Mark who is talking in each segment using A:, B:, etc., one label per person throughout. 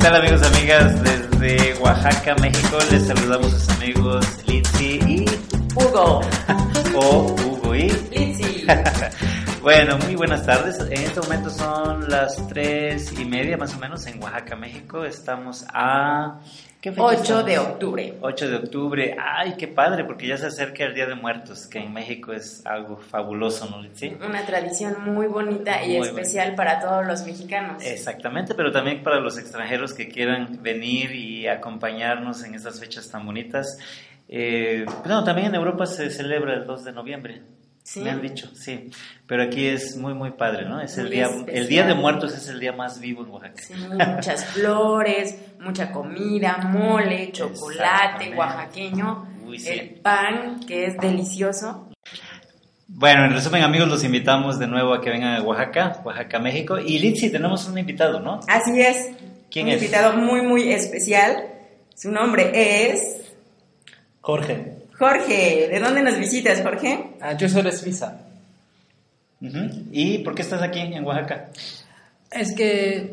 A: tal amigos y amigas? Desde Oaxaca, México, les saludamos a sus amigos Litsi y
B: Hugo,
A: o Hugo y...
B: Litsi.
A: Bueno, muy buenas tardes. En este momento son las tres y media más o menos en Oaxaca, México. Estamos a... ¿Qué
B: 8 de
A: estamos?
B: octubre.
A: 8 de octubre. Ay, qué padre, porque ya se acerca el Día de Muertos, que en México es algo fabuloso, ¿no, Litsi?
B: Una tradición muy bonita y
A: Muy
B: especial para todos los mexicanos.
A: Exactamente, pero también para los extranjeros que quieran venir y acompañarnos en estas fechas tan bonitas. Eh, no, también en Europa se celebra el 2 de noviembre.
B: Sí.
A: Me han dicho, sí. Pero aquí es muy, muy padre, ¿no? Es el
B: Muy
A: día, el
B: especial.
A: día de muertos es el día más vivo en Oaxaca.
B: Sí, muchas flores, mucha comida, mole, chocolate
A: Exactamente.
B: oaxaqueño,
A: Uy, sí.
B: el pan que es delicioso.
A: Bueno, en resumen, amigos, los invitamos de nuevo a que vengan a Oaxaca, Oaxaca, México. Y Litsi, tenemos un invitado, ¿no?
B: Así es.
A: ¿Quién
B: Un
A: es?
B: invitado muy, muy especial. Su nombre es
C: Jorge.
B: Jorge. ¿De dónde nos visitas, Jorge?
C: Ah, yo soy de Suiza.
A: Ujú. ¿Y por qué estás aquí en Oaxaca?
C: Es que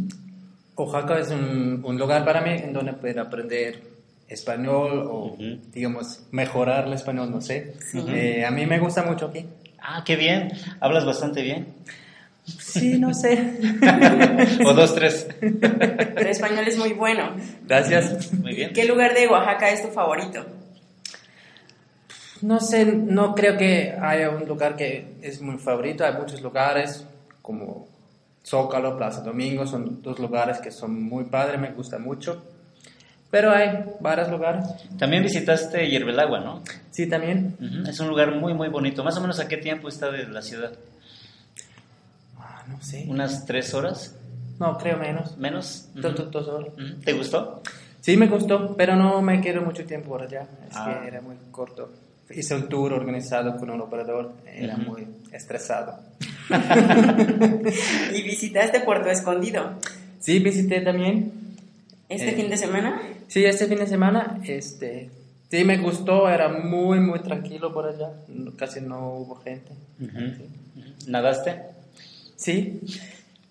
C: Oaxaca es un, un lugar para mí en donde poder aprender español o,
A: Ujú.
C: digamos, mejorar el español, no sé.
A: Ujú.
C: Eh, a mí me gusta mucho aquí.
A: Ah, qué bien. Hablas bastante bien.
C: Sí, no sé.
A: o dos, tres.
B: Tu español es muy bueno.
C: Gracias.
A: Muy bien.
B: ¿Qué lugar de Oaxaca es tu favorito?
C: No sé, no creo que haya un lugar que es muy favorito. Hay muchos lugares como Zócalo, Plaza Domingo, son dos lugares que son muy padres, me gusta mucho. Pero hay varios lugares.
A: También visitaste Yerbelagua, ¿no?
C: Sí, también.
A: Ujú, Es un lugar muy, muy bonito. Más o menos a qué tiempo está de la ciudad?
C: Ah, no sé.
A: ¿Unas tres horas?
C: No, creo menos.
A: ¿Menos? Ujú.
C: Dos, dos, dos horas.
A: Ujú. ¿Te gustó?
C: Sí, me gustó, pero no me quedo mucho tiempo por allá. Es
A: Ah.
C: que era muy corto. Hice un tour organizado con un operador. Era
A: Ujú.
C: muy estresado.
B: ¿Y visitaste Puerto Escondido
C: Sí, visité también.
B: este
C: Eh.
B: fin de semana?
C: Sí, este fin de semana. Este, sí, me gustó. Era muy, muy tranquilo por allá. No- Casi no hubo gente.
A: Ujú. ¿Nadaste?
C: Sí,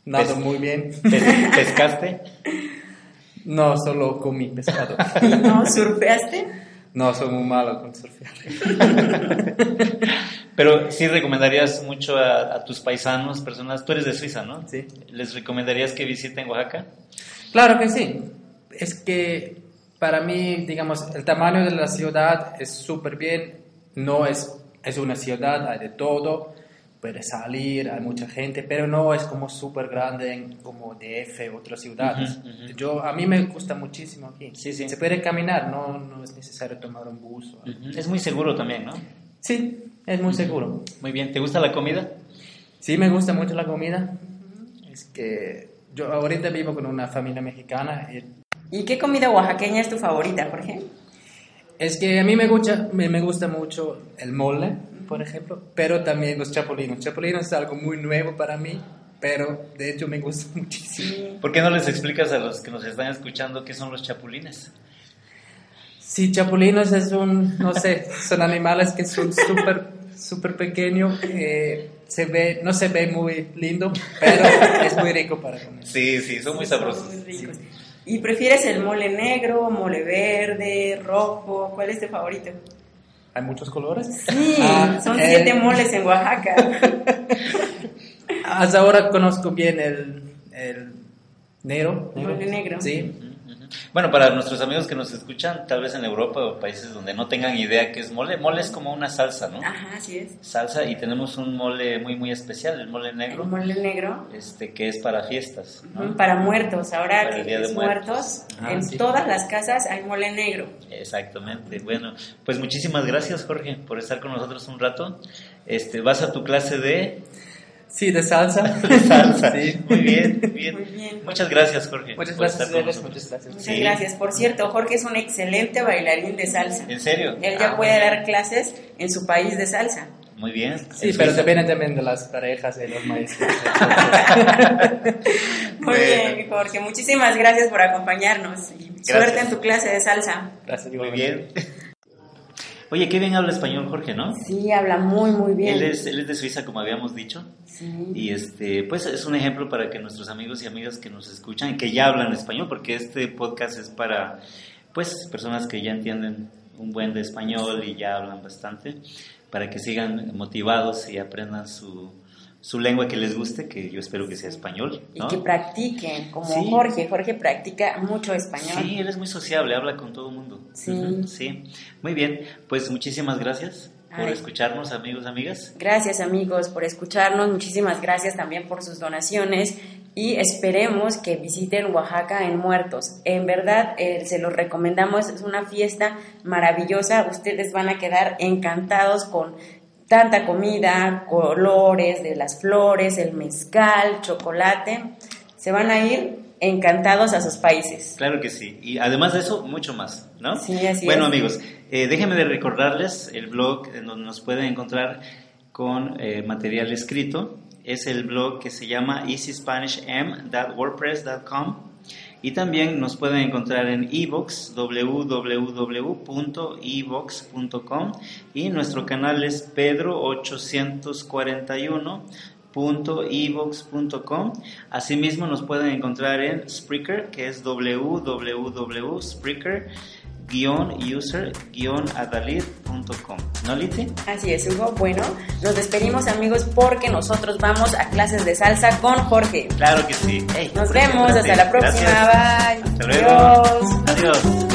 C: nada
A: Pues-
C: muy bien.
A: ¿Pes- ¿Pescaste?
C: No, solo comí pescado.
B: ¿No surfeaste?
C: no, soy muy malo con surfear.
A: Pero sí recomendarías mucho a, a tus paisanos, personas... Tú eres de Suiza, ¿no?
C: Sí.
A: ¿Les recomendarías que visiten Oaxaca?
C: Claro que sí. Es que para mí, digamos, el tamaño de la ciudad es súper bien. No es, es una ciudad, hay de todo. Puedes salir, hay mucha gente, pero no es como súper grande en- como DF, otras ciudades.
A: Ujú, ujú.
C: Yo, a mí me gusta muchísimo aquí.
A: Sí, sí.
C: Se puede caminar, no, no es necesario tomar un bus. o algo.
A: Ujú. Es muy seguro también, ¿no?
C: Sí, es muy seguro.
A: Muy bien. ¿Te gusta la comida?
C: Sí, me gusta mucho la comida. Es que yo ahorita vivo con una familia mexicana eh, y
B: ¿Y qué comida oaxaqueña es tu favorita, Jorge?
C: Es que a mí me gusta, me, me gusta mucho el mole, por ejemplo, pero también los chapulines. Chapulines es algo muy nuevo para mí, pero de hecho me gusta muchísimo.
A: ¿Por qué no les explicas a los que nos están escuchando qué son los chapulines?
C: Sí, chapulines es un, no sé, son animales que son súper, súper pequeños, eh, se ve, no se ve muy lindo, pero es muy rico para comer.
A: Sí, sí, son muy sabrosos.
B: Muy ricos. ¿Y prefieres el mole negro, mole verde, rojo? ¿Cuál es tu favorito?
C: Hay muchos colores.
B: Sí,
C: Ah,
B: son
C: eh,
B: siete moles en Oaxaca.
C: Hasta ahora conozco bien el, el negro.
B: Mole negro.
C: Sí,
A: Bueno, para nuestros amigos que nos escuchan, tal vez en Europa o países donde no tengan idea qué es mole, mole es como una salsa, ¿no?
B: Ajá, así es.
A: Salsa y tenemos un mole muy muy especial, el mole
B: El
A: negro,
B: mole negro
A: este que es para fiestas, ¿no?
B: ujú, para muertos. Ahora
A: Para el
B: que
A: Día de
B: es
A: Muertos.
B: muertos,
C: Ah,
B: en
C: sí.
B: todas las casas hay mole negro.
A: Exactamente. Bueno, pues muchísimas gracias, Jorge, por estar con nosotros un rato. Este, vas a tu clase de
C: sí, de salsa.
A: salsa.
C: Sí.
A: Muy bien, muy bien.
B: Muy bien.
A: Muchas gracias, Jorge.
C: Muchas
A: por
C: gracias,
A: estar con
C: Alex,
A: nosotros.
C: muchas gracias.
B: Muchas
A: Sí.
B: gracias. Por cierto, Jorge es un excelente bailarín de salsa.
A: ¿En serio?
B: Él ya
A: Ah,
B: puede dar clases en su país de salsa.
A: Muy bien.
C: Sí,
A: En
C: pero
A: Suiza.
C: depende también de las parejas y los maestros.
B: Muy
A: Bueno.
B: bien, Jorge. Muchísimas gracias por acompañarnos. Y
A: Gracias.
B: Suerte en tu clase de salsa.
C: Gracias,
A: Muy bien. Oye, qué bien habla español Jorge, ¿no?
B: Sí, habla muy, muy bien.
A: Él es, él es de Suiza, como habíamos dicho.
B: Sí.
A: Y este, pues es un ejemplo para que nuestros amigos y amigas que nos escuchan y que ya hablan español, porque este podcast es para, pues, personas que ya entienden un buen de español y ya hablan bastante, para que sigan motivados y aprendan su, su lengua que les guste, que yo espero que sea español,
B: Y
A: ¿no?
B: que practiquen, como
A: Sí.
B: Jorge. Jorge practica mucho español.
A: Sí, él es muy sociable, habla con todo el mundo.
B: Sí.
A: Ujú, sí. Muy bien, pues muchísimas gracias por
B: Ay.
A: escucharnos, amigos, amigas.
B: Gracias amigos por escucharnos, muchísimas gracias también por sus donaciones y esperemos que visiten Oaxaca en Muertos. En verdad eh, se los recomendamos, es una fiesta maravillosa, ustedes van a quedar encantados con tanta comida, colores de las flores, el mezcal, chocolate, se van a ir encantados a sus países.
A: Claro que sí. Y además de eso, mucho más, ¿no?
B: Sí, así
A: bueno,
B: es.
A: amigos, eh, déjenme de recordarles el blog en donde nos pueden encontrar con eh, material escrito. Es el blog que se llama easyspanishm.wordpress.com y también nos pueden encontrar en ebooks www.ebooks.com y nuestro canal es pedro 841 .ebox.com Asimismo nos pueden encontrar en Spreaker, que es www.spreaker-user-adalid.com. ¿No, Liti?
B: Así es, Hugo. Bueno, nos despedimos amigos porque nosotros vamos a clases de salsa con Jorge.
A: Claro que sí. Hey,
B: Nos
A: por aquí,
B: vemos, hasta la
A: gracias.
B: próxima, bye.
A: Hasta luego.
B: Adiós.
A: Adiós.